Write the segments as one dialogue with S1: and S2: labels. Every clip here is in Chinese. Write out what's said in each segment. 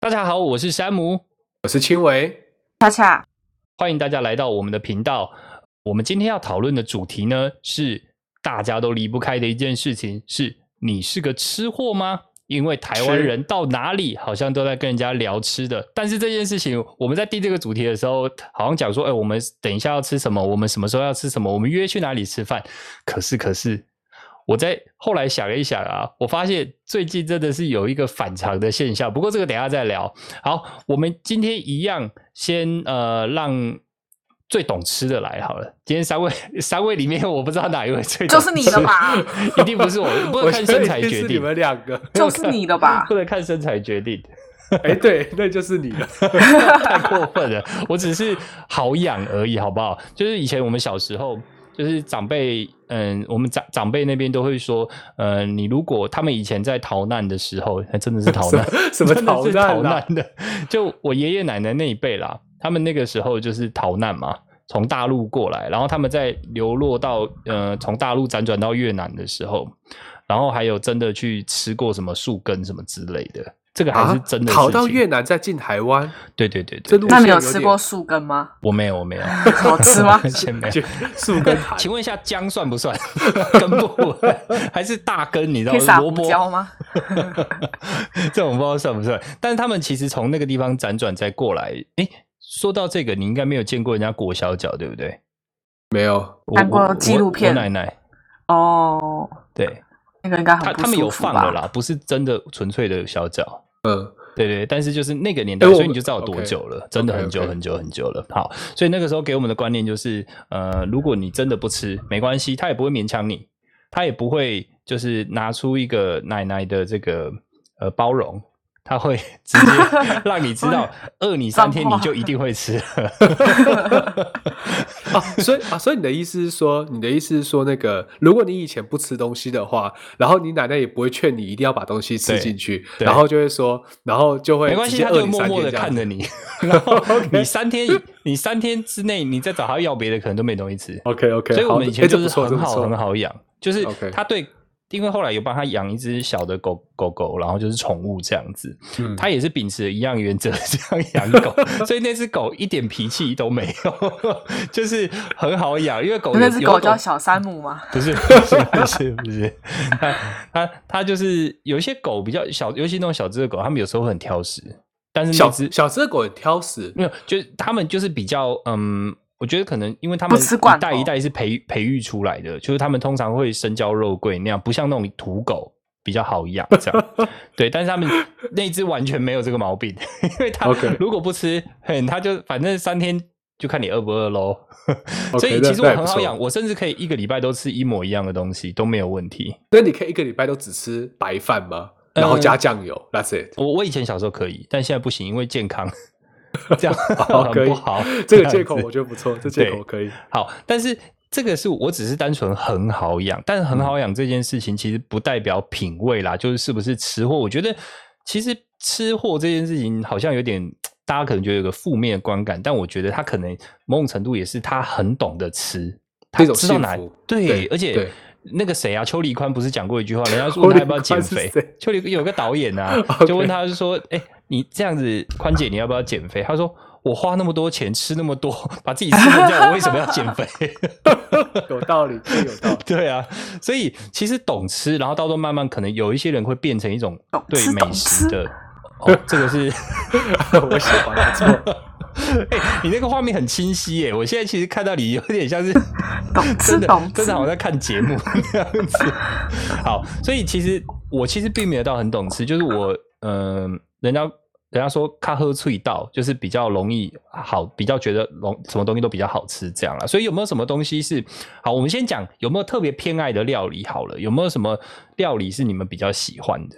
S1: 大家好，我是山姆，
S2: 我是青维。
S3: 恰恰，
S1: 欢迎大家来到我们的频道。我们今天要讨论的主题呢，是大家都离不开的一件事情，是你是个吃货吗？因为台湾
S2: 吃
S1: 人到哪里好像都在跟人家聊吃的，但是这件事情我们在定这个主题的时候，好像讲说，哎，我们等一下要吃什么，我们什么时候要吃什么，我们约去哪里吃饭。可是，可是我在后来想了一想啊，我发现最近真的是有一个反常的现象。不过这个等一下再聊。好，我们今天一样先呃让最懂吃的来好了。今天三位三位里面，我不知道哪一位最懂
S3: 就是你 了吧
S1: 吃一定不 是我，不能
S2: 我
S1: 看
S2: 觉得
S1: 身
S2: 一
S1: 材
S2: 定
S1: 决
S2: 是
S1: 定
S2: 你。们两个。
S3: 就是你 的吧
S1: 不？能看身材决定，
S2: 哎，对，那就是你 了。
S1: 太过分了。 我只是好养而已，好不好？就是以前我们小时候，就是长辈，嗯，我们长长辈那边都会说，呃，你如果他们以前在逃难的时候，还真的是 逃难，
S2: 什 么
S1: 真的是逃
S2: 逃难啊
S1: 难的？就我爷爷奶奶那一辈啦，他们那个时候就是逃难嘛，从大陆过来，然后他们在流落到呃，从大陆辗转到越南的时候，然后还有真的去吃过什么树根什么之类的，这个还是真的、事
S2: 啊逃到
S1: 情
S2: 越南再进台湾，
S1: 对对对
S2: 这
S1: 对，
S2: 路
S3: 那
S2: 线
S3: 你有
S2: 有
S3: 吃
S2: 点
S3: 过树根吗？
S1: 我没有我没有，
S3: 好吃 哦吗
S1: 先没有
S2: 就。 树根
S1: 请问一下，姜算不算 根部？ 还是大根？你知
S3: 可以撒
S1: 道
S3: 胡
S1: 萝卜
S3: 椒吗？
S1: 这种不知道算不算，但是他们其实从那个地方辗转再过来。诶，说到这个，你应该没有见过人家裹小脚，对不对？
S2: 没有？
S1: 我
S3: 看过
S1: 我我
S3: 纪录片
S1: 我奶奶
S3: 哦，
S1: 对
S3: 那个应
S2: 啊
S3: 该
S1: 他
S3: 很
S1: 他
S3: 不
S1: 们有
S3: 舒服
S1: 放
S3: 吧
S1: 的？啦，不是真的纯粹的小脚。
S2: 嗯，
S1: 对对，但是就是那个年代，
S2: 哎我
S1: 所以你就知道有多
S2: OK，
S1: 久了，真的很久
S2: OK，OK
S1: 很久很久了。好，所以那个时候给我们的观念就是，呃，如果你真的不吃，没关系，他也不会勉强你，他也不会就是拿出一个奶奶的这个呃包容，他 会直接让你知道，饿你三天
S3: 脏
S1: 你
S3: 话
S1: 就一定会吃了。
S2: 啊，所以啊，所以你的意思是说，你的意思是说，那个，如果你以前不吃东西的话，然后你奶奶也不会劝你一定要把东西吃
S1: 对
S2: 进去，
S1: 对
S2: 然后就会说，然后就会
S1: 没关
S2: 直
S1: 系，
S2: 接
S1: 他
S2: 饿
S1: 就
S2: 你
S1: 默
S2: 三
S1: 默
S2: 天
S1: 的
S2: 这样
S1: 看着
S2: 子。
S1: 你，然后 你三天以你三天之内你再找他要别的，可能都没东西吃。
S2: OK OK，
S1: 所以我们以前就是
S2: 哎这
S1: 很
S2: 不
S1: 好
S2: 错
S1: 很，好养，就是
S2: OK
S1: 他对，因为后来有帮他养一只小的狗狗狗，然后就是宠物这样子，
S2: 嗯
S1: 他也是秉持一样原则 这样养狗，所以那只狗一点脾气都没有，就是很好养，因为狗有
S3: 那只
S1: 有
S3: 狗叫小山姆吗？
S1: 不是不是不是不是，它它它就是有一些狗比较小，尤其那种小只的狗，它们有时候会很挑食，但是那
S2: 小
S1: 只
S2: 小只的狗很挑食，
S1: 没有，就是他们就是比较嗯，我觉得可能因为他们
S3: 不吃罐
S1: 一代
S3: 头
S1: 一代是培培育出来的，就是他们通常会身娇肉贵那样，不像那种土狗比较好养这 样。对，但是他们那只完全没有这个毛病， 因为它
S2: OK
S1: 如果不吃，很它就反正三天。就看你饿不饿喽
S2: OK，
S1: 所以
S2: 那
S1: 其实我
S2: 那也不
S1: 很好
S2: 错
S1: 养，我甚至可以一个礼拜都吃一模一样的东西都没有问题。
S2: 那你可以一个礼拜都只吃白饭吗？然后加酱油、t h a t s
S1: 我我以前小时候可以，但现在不行，因为健康 这样
S2: 好哦可
S1: 很
S2: 以
S1: 不好。
S2: it。这个
S1: 样
S2: 借口
S1: 子
S2: 我觉得不 错，这借口可以。
S1: 好，但是这个是我只是单纯很好养，但是很好养这件事情其实不代表品味啦，就是是不是吃货。我觉得其实吃货这件事情好像有点。大家可能觉得有个负面的观感，但我觉得他可能某种程度也是他很懂得吃，他
S2: 这种
S1: 知道
S2: 幸
S1: 哪
S2: 福
S1: 对，
S2: 对
S1: 而且
S2: 对
S1: 那个谁啊，邱黎宽不是讲过一句话，人家
S2: 邱
S1: 说他要
S2: 黎
S1: 不要
S2: 宽
S1: 减
S2: 是
S1: 肥
S2: 谁，
S1: 邱黎有个导演 啊
S2: OK
S1: 就问他就说，哎、你这样子，宽姐你要不要减肥？他说。我花那么多钱吃那么多， 把自己吃成这样，我为什么要减肥？
S2: 有道理，这有道理。
S1: 对啊，所以其实懂吃，然后到时候慢慢可能有一些人会变成一种
S3: 懂
S1: 对
S3: 吃
S1: 美
S3: 懂
S1: 食
S3: 吃
S1: 的，哦，这个是
S2: 我喜欢不 错。
S1: 哎、你那个画面很清晰耶！我现在其实看到你有点像是
S3: 懂吃
S1: 真的
S3: 懂
S1: 真
S3: 吃
S1: 的好像在看节目那样子。好，所以其实我其实并没有到很懂吃，就是我嗯、呃人家人家说咖喝脆到，就是比较容易好，比较觉得容什么东西都比较好吃这样啦。所以有没有什么东西是好？我们先讲有没有特别偏爱的料理好了？有没有什么料理是你们比较喜欢的？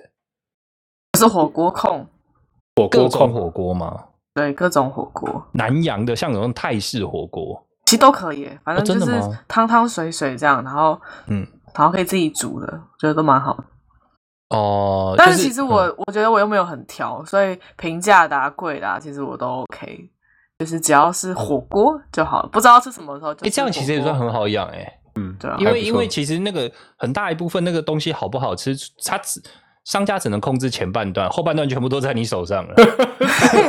S3: 我是火锅控，
S2: 火
S1: 各
S2: 锅
S1: 种
S2: 控，
S1: 火锅吗？
S3: 对各种火锅
S1: 南洋的像那种泰式火锅，
S3: 其实都可以，反正
S1: 哦真
S3: 就
S1: 的
S3: 是
S1: 吗
S3: 汤汤水水这样，然后
S1: 嗯。
S3: 然后可以自己煮的，我觉得都蛮好的。
S1: 哦，
S3: 但
S1: 就是
S3: 其实我、我觉得我又没有很挑，所以平价的啊、贵的啊，其实我都 OK，就是只要是火锅就好了。不知道吃什么的时候就
S1: 哎、这样
S3: 吃火
S1: 其实也
S3: 锅
S1: 算很好养哎、
S2: 嗯，
S3: 对啊
S1: 因
S2: 还
S1: 为
S2: 不
S1: 因为
S2: 错
S1: 其实那个很大一部分那个东西好不好吃，它只商家只能控制前半段，后半段全部都在你手上 了，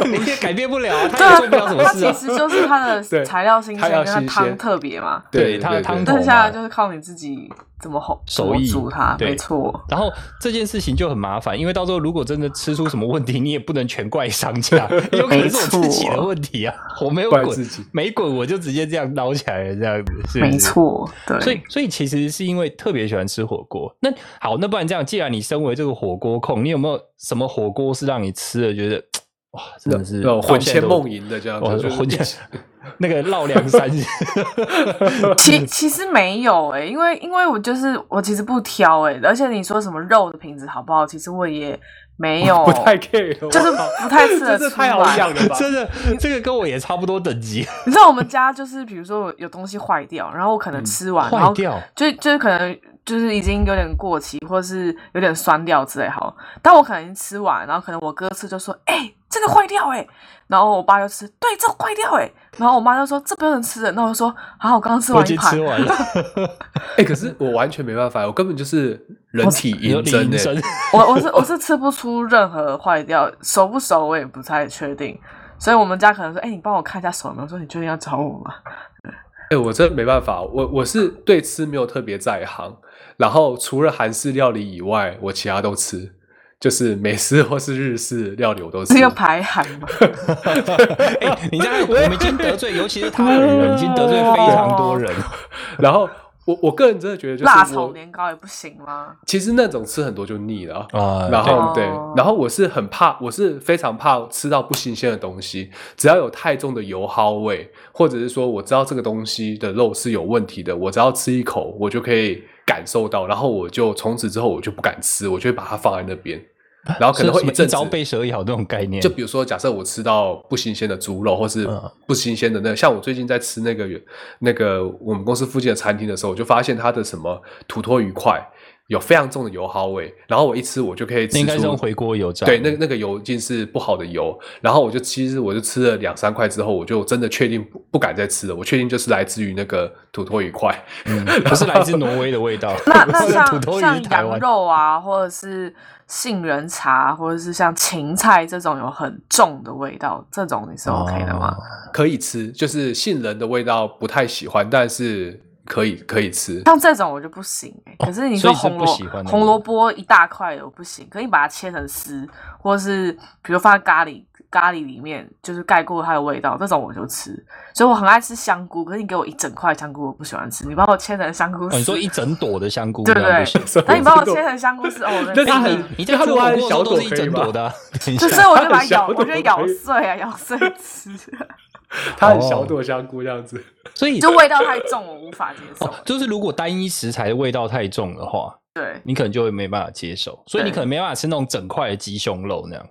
S1: 你也改变不了啊，
S3: 对
S1: 他也
S3: 啊
S1: 做不了什，么
S3: 它
S1: 事
S3: 其
S1: 啊。
S3: 实就是它的
S2: 对
S3: 材料新鲜，
S2: 它要
S3: 跟它
S2: 新
S3: 汤
S2: 鲜
S3: 特别嘛。
S1: 对它的
S2: 对
S1: 汤头
S3: 剩下来就
S1: 嘛
S3: 是靠你自己怎么烘、怎
S1: 手
S3: 么
S1: 艺
S3: 煮它，
S1: 对
S3: 没错。
S1: 然后这件事情就很麻烦，因为到时候如果真的吃出什么问题，你也不能全怪商 家，有可能是我自己的问题啊，我没有
S2: 怪
S1: 滚
S2: 自己
S1: 没滚我就直接这样捞起来了，这样子是不是
S3: 没。错，对，
S1: 所以，所以其实是因为特别喜欢吃火锅。那好，那不然这样，既然你身为这个火锅控，你有没有什么火锅是让你吃了觉得哇，真的是
S2: 那种呃
S1: 到
S2: 魂
S1: 现在
S2: 牵
S1: 都
S2: 梦萦的这样子
S1: 哇
S2: 就是
S1: 魂牵那个绕梁山
S3: 其其实没有哎、因为因为我就是我其实不挑哎、而且你说什么肉的品质好不好，其实我也没 有，
S2: 不太 care，了
S3: 就是
S2: 我靠
S3: 不太吃得
S2: 这这太
S3: 出
S2: 好
S3: 来
S2: 养了吧？
S1: 真的，这个跟我也差不多等级，
S3: 你知道我们家就是，比如说有有东西坏掉，然后我可能吃完，然
S1: 嗯坏
S3: 后
S1: 掉。
S3: 就就是可能就是已经有点过期，或是有点酸掉之类好，但我可能吃完，然后可能我哥吃就说，哎、这个坏掉哎、然后我爸就吃，对，这个坏掉哎、然后我妈就说这不能吃的，那我就说啊，我刚刚吃
S1: 我已
S3: 完一
S1: 经
S3: 盘
S1: 吃，完了，
S2: 哎、可是我完全没办法，我根本就是人体
S1: 你说
S2: 银
S1: 李
S2: 针
S1: 银
S2: 哎、
S1: 针，
S3: 我我是我是吃不出任何坏掉，熟不熟我也不太确定，所以我们家可能说，哎、你帮我看一下熟有没有，我说你确定要找我吗？
S2: 哎、我真的没办法，我我是对吃没有特别在行，然后除了韩式料理以外，我其他都吃，就是美式或是日式料理我都吃
S3: 是。要排寒 吗？
S1: 哎，你这样我们已经得罪，尤其是他人了，已经得罪非常多人。
S2: 然后我我个人真的觉得就是
S3: 辣炒
S2: 我
S3: 年糕也不行吗？
S2: 其实那种吃很多就腻了啊。
S1: 啊
S2: 然后
S3: 对
S2: 对，然后我是很怕，我是非常怕吃到不新鲜的东西，只要有太重的油耗味，或者是说我知道这个东西的肉是有问题的，我只要吃一口，我就可以感受到，然后我就从此之后我就不敢吃，我就会把它放在那边，然后可能会
S1: 是什么
S2: 阵
S1: 一朝
S2: 子。
S1: 被蛇咬那种概念，
S2: 就比如说，假设我吃到不新鲜的猪肉，或是
S1: 嗯
S2: 不新鲜的那，像我最近在吃那个那个我们公司附近的餐厅的时候，我就发现它的什么土托鱼块有非常重的油耗味，然后我一吃我就可以吃
S1: 那应该是
S2: 出
S1: 用回锅油炸的。
S2: 对，那那个油竟是不好的油，然后我就其实我就吃了两三块之后，我就真的确定不不敢再吃了，我确定就是来自于那个土托鱼块，
S1: 不是来自挪威的味道，
S3: 那那
S1: 是土豆
S3: 像
S1: 鱼
S3: 像
S1: 台
S3: 羊
S1: 湾。
S3: 肉啊，或者是杏仁茶，或者是像芹菜这种有很重的味道，这种你是 OK 的
S1: 哦
S3: 吗？
S2: 可以吃，就是杏仁的味道不太喜欢，但是可以可以吃。
S3: 像这种我就不行、欸、可是你说
S1: 哦所以是
S3: 红
S1: 不
S3: 萝
S1: 喜欢的
S3: 红萝卜一大块的我不行，可以把它切成丝，或是比如放在咖喱咖喱里面，就是盖过它的味道，这种我就吃。所以我很爱吃香菇，可是你给我一整块香菇我不喜欢吃，你帮我切成香菇
S1: 哦
S3: 丝，
S1: 你说一整朵的香菇，
S3: 对不
S1: 这样不
S3: 对
S1: 行？
S3: 啊那你帮我切成香菇丝，哦，我
S2: 那
S3: 真的
S2: 它
S3: 不行
S2: 很，
S1: 你这样
S2: 那它
S1: 吃
S2: 如果
S1: 火
S2: 按
S1: 锅的时
S2: 小
S1: 候都
S2: 朵
S1: 是一
S2: 可以
S1: 整朵
S2: 吗
S1: 的啊。等一
S3: 就
S1: 下
S3: 是我就把它
S2: 很小
S3: 咬，我
S2: 的
S3: 就
S2: 我
S3: 咬
S2: 可以
S3: 碎啊，咬 碎吃，
S2: 它
S1: 哦
S2: 很小朵香菇这样子。
S1: 所以
S3: 就味道太重，我无法接受
S1: 哦。，就是如果单一食材的味道太重的话，
S3: 对，
S1: 你可能就会没办法接受，所以你
S3: 对
S1: 可能没办法吃那种整块的鸡胸肉那样，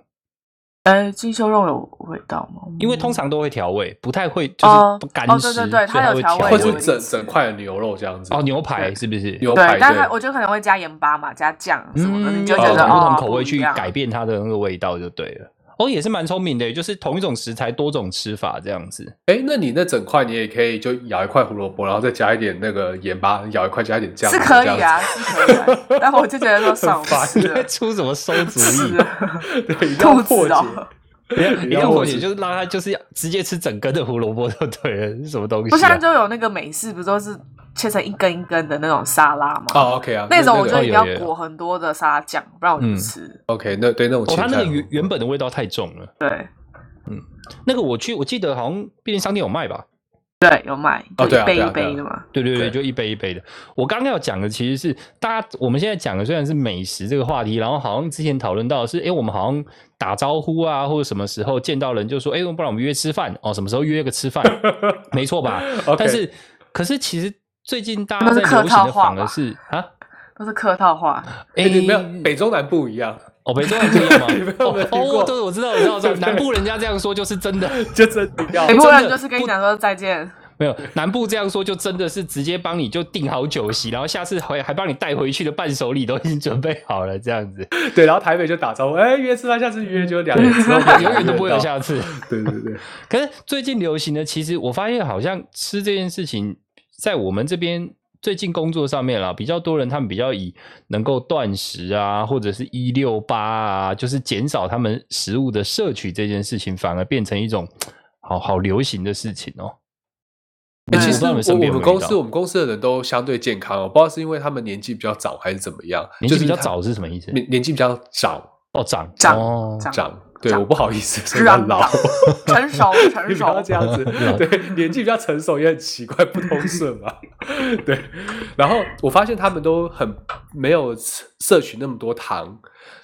S3: 呃，鸡胸肉有味道吗？
S1: 因为通
S3: 常
S1: 常都会调味，不太会就是
S3: 嗯哦
S1: 不干
S3: 哦
S1: 食，
S3: 对对对
S1: 所以
S3: 它有
S1: 会
S3: 调味
S2: 或
S3: 我
S2: 是
S3: 也
S2: 整
S3: 吃
S2: 整块的牛肉这样子。
S1: 哦牛排是不是？
S2: 牛排
S3: 对，但它
S2: 对
S3: 我就可能会加盐巴嘛，加酱什么的，你就
S1: 哦
S3: 觉得
S1: 从不同
S3: 哦，
S1: 口味去
S3: 不一样
S1: 改变它的那个味道就对了。哦，也是蛮聪明的，就是同一种食材多种吃法这样子。
S2: 哎，那你那整块你也可以就咬一块胡萝卜，然后再加一点那个盐巴，咬一块加一点酱。
S3: 是可
S2: 这样
S3: 以
S2: 子
S3: 啊，，是可以啊。但我就觉得说算了，我不吃
S1: 你会
S3: 了，
S1: 出什么馊主
S3: 是
S1: 意？
S3: 啊
S2: 对，一定要
S3: 兔
S2: 破
S3: 子
S2: 解。
S3: 哦，
S1: 一
S2: 一
S1: 定要
S2: 破
S1: 破解，就是让他就是要直接吃整根的胡萝卜就对了，是什么东西、啊？
S3: 不像就有那个美式，不是都是切成一根一根的那种沙拉嘛？
S2: 哦，OK 啊，
S3: 那种我
S2: 个
S3: 觉得一定
S1: 有有
S3: 要
S1: 有
S3: 裹很多的沙拉酱，不然我就
S1: 嗯
S3: 不吃。
S2: OK，那对那种
S1: 哦，它
S2: 芹
S1: 那个
S2: 菜
S1: 原原本的味道太重了。
S3: 对
S1: 那个我去，我记得好像便利商店有卖吧？
S3: 对，有卖，
S2: 哦
S3: 就
S2: 对
S3: 一
S2: 啊对啊
S3: 杯一
S2: 对啊
S3: 杯的嘛。
S1: 对对对，
S2: 对
S1: 就一杯一杯的。我刚刚要讲的其实是，大家我们现在讲的虽然是美食这个话题，然后好像之前讨论到的是，哎，我们好像打招呼啊，或者什么时候见到人就说，哎，不然我们约吃饭哦，什么时候约个吃饭，没错 吧
S2: 哦 OK
S1: 但是，可是其实最近大家
S3: 那
S1: 在
S3: 是
S1: 流
S3: 客
S1: 行
S3: 套
S1: 的
S3: 话
S1: 反而
S3: 吧
S1: 是啊，
S3: 都是客套话，
S1: 哎
S2: 哎，你没有北中南不一样，
S1: 哦，北中南不一样吗
S2: 你 没？有没有
S1: 哦
S2: 听过
S1: 哦，对，我知道，我知道，我知道
S2: 对，不对
S1: 南部人家这样说就是真的，
S2: 就哦真的要
S3: 北部
S1: 真
S3: 人
S1: 的
S3: 就是跟你讲说再见，
S1: 没有南部这样说就真的是直接帮你就订好酒席，然后下次还还帮你带回去的伴手礼都已经准备好了，这样 子
S2: 对，然后台北就打招呼，哎，约吃饭，下次约就两年之后，
S1: 永远都不会有。下次。
S2: 对对对，
S1: 可是最近流行的，其实我发现好像吃这件事情，在我们这边最近工作上面啦，比较多人他们比较以能够断食啊，或者是一六八啊，就是减少他们食物的摄取这件事情，反而变成一种好好流行的事情哦。
S2: 欸、
S1: 哎我不
S2: 其实
S1: 知道
S2: 我
S1: 你身
S2: 我
S1: 边有
S2: 们
S1: 没有遇
S2: 公司
S1: 到
S2: 我们公司的人都相对健康，我哦不知道是因为他们年纪比较早还是怎么样，
S1: 年
S2: 就
S1: 纪
S2: 是
S1: 比较
S2: 他
S1: 早是什么意思？
S2: 年年纪比较早
S1: 哦，长
S3: 长
S1: 哦
S3: 长
S2: 长，对，
S3: 长
S2: 我不好意思，
S3: 是
S2: 虽
S3: 啊
S2: 然老，
S3: 成熟
S2: 你
S3: 成
S2: 不
S3: 熟
S2: 要，这样子，对，年纪比较成熟也很奇怪，不通顺嘛，对。然后我发现他们都很没有摄摄取那么多糖，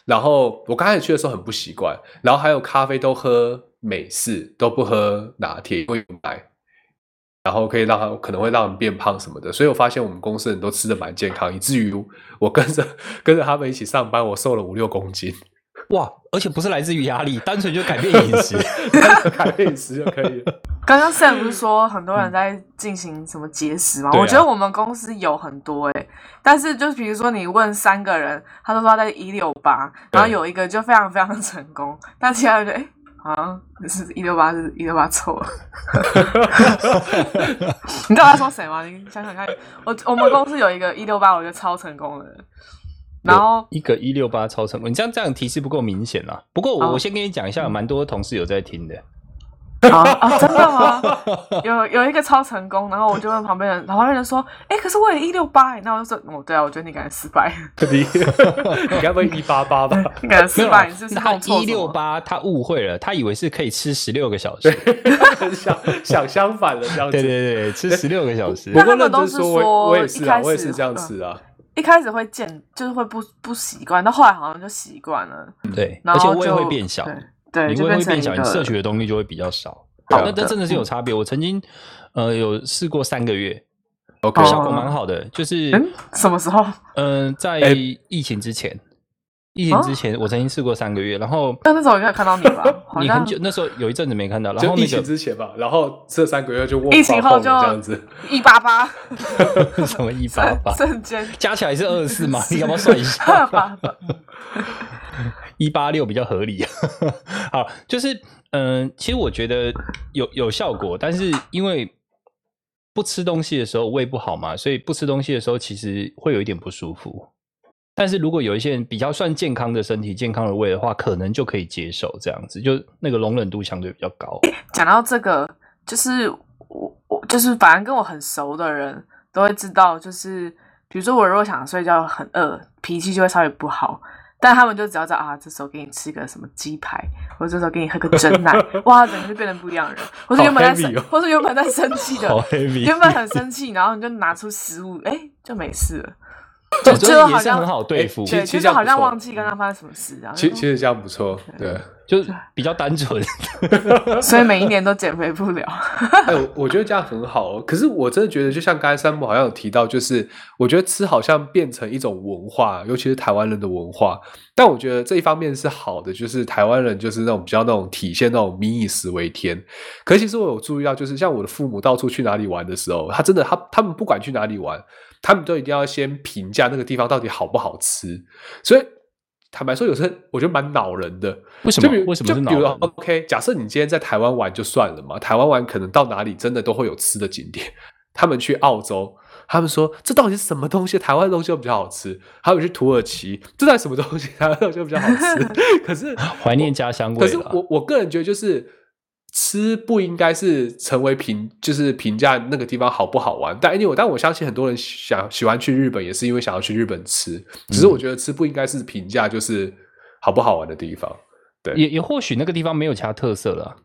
S2: 然后我刚开始去的时候很不习惯，然后还有咖啡都喝美式，都不喝拿铁，不会奶。然后可以让他可能会让人变胖什么的，所以我发现我们公司人都吃的蛮健康，以至于我跟着跟着他们一起上班，我瘦了五六公斤。
S1: 哇，而且不是来自于压力，单纯就改变饮食。
S2: 改变饮食就可以了。
S3: 刚刚 Sam 不是说
S2: 嗯
S3: 很多人在进行什么节食吗？
S1: 对啊
S3: 我觉得我们公司有很多哎、但是就是比如说你问三个人，他都说他在一六八，然后有一个就非常非常成功，但其他人就哎、好像是一六八是一六八错了。 你知道我在说谁吗？你想想看，我我们公司有一个一六八，我觉得超成功的人，然后
S1: 一个一六八超成功，你这样这样提示不够明显啦。不过我
S3: 哦
S1: 我先跟你讲一下，有蛮多同事有在听的。
S3: 啊 啊，真的吗？有有一个超成功，然后我就问旁边人，然后旁边人说：“哎、可是我也一六八。”那我就说：“哦，对啊，我觉得你感觉失 败，
S2: 你你该不会一八八吧？
S3: 你感觉失败，你是不是
S1: 啊他
S3: 弄错
S1: 一
S3: 什
S1: 六
S3: 么
S1: 八他误会了，他以为是可以吃十六个小 时。
S2: 想想相反了这样子。
S1: 对对对，对吃十六个小时
S2: 不。
S3: 那
S2: 过
S3: 他们
S2: 认
S3: 都
S2: 真
S3: 是
S2: 我我也
S3: 说
S2: 是啊
S3: 一开，始嗯
S2: 我也是这样吃啊。？”
S3: 一开始会见，就是会不不习惯，到后来好像就习惯了，
S1: 嗯对，
S3: 然
S1: 而且
S3: 后
S1: 胃
S3: 就
S1: 会变小，
S3: 对，对
S1: 你
S3: 就
S1: 胃
S3: 变
S1: 会
S3: 成
S1: 变
S3: 一
S1: 小，
S3: 个
S1: 你摄取的动力就会比较少。
S3: 好
S1: 那
S3: 的
S1: 那真的是有差别。我曾经呃有试过三个月，
S2: OK，
S3: 哦
S1: 效果蛮好的，就是
S3: 嗯什么时候？
S1: 嗯，在
S2: 哎
S1: 疫情之前，疫情之前我曾经试过三个月，然后
S3: 但那时候我应该有看到你 吧？哦好
S1: 你
S3: 像
S1: 很久那时候有一阵子没看到，然
S2: 就
S1: 后
S2: 疫
S1: 那
S2: 情
S1: 个
S2: 之前吧，然后这三个月就
S3: 疫情后
S2: 后
S3: 就
S2: 这样子。
S3: 一八八，
S1: 什么一八
S3: 瞬
S1: 八，
S3: 瞬间
S1: 加起来是二十四嘛？ 你要不要算一下？
S3: 八八
S1: 一八六比较合理。 好，就是嗯、呃其实我觉得有有效果，但是因为不吃东西的时候胃不好嘛，所以不吃东西的时候其实会有一点不舒服。但是如果有一些人比较算健康的身体、健康的胃的话，可能就可以接受这样子，就那个容忍度相对比较高。
S3: 讲到这个，就是我我就是反正跟我很熟的人都会知道，就是比如说我如果想睡觉很饿，脾气就会稍微不好。但他们就只要知道啊，这时候给你吃个什么鸡排，或者这时候给你喝个真奶，哇，整个就变成不一样的人。或者
S2: 好
S3: 原本在生
S2: heavy 哦
S3: 或者原本在生气的，
S1: 好 heavy，
S3: 原本很生气，然后你就拿出食物，哎、就没事了。
S1: 我觉
S3: 就
S1: 得
S3: 好
S1: 也是
S3: 像哎
S1: 很好对付，
S2: 其实
S3: 对，
S2: 其实
S3: 就是
S2: 这样
S3: 好像
S2: 不错
S3: 忘记刚刚发生什么事啊。
S2: 其其实这样不错，对。
S1: 就是比较单纯。
S3: 所以每一年都减肥不了。
S2: 哎，我我觉得这样很好哦。可是我真的觉得，就像刚才山姆好像有提到，就是我觉得吃好像变成一种文化，尤其是台湾人的文化。但我觉得这一方面是好的，就是台湾人就是那种比较那种体现那种民以食为天。可是其实我有注意到，就是像我的父母到处去哪里玩的时候，他真的他他们不管去哪里玩，他们都一定要先评价那个地方到底好不好吃。所以坦白说，有时候我觉得蛮恼人的。
S1: 为什
S2: 就
S1: 么
S2: 比如？
S1: 为什么
S2: 就是比
S1: 脑
S2: 如
S1: 人？
S2: OK，假设你今天在台湾玩就算了嘛，台湾玩可能到哪里真的都会有吃的景点。 他们去澳洲，他们说这到底是什么东西？台湾东西又比较好吃。他们去土耳其，这到底什么东西？台湾东西又比较好 吃。可是
S1: 怀念家乡味
S2: 可是
S1: 啦
S2: 我我个人觉得，就是吃不应该是成为评，就是评价那个地方好不好玩。但因为我但我相信很多人想喜欢去日本，也是因为想要去日本吃。只是
S1: 嗯
S2: 我觉得吃不应该是评价就是好不好玩的地方。
S1: 也也或许那个地方没有其他特色了，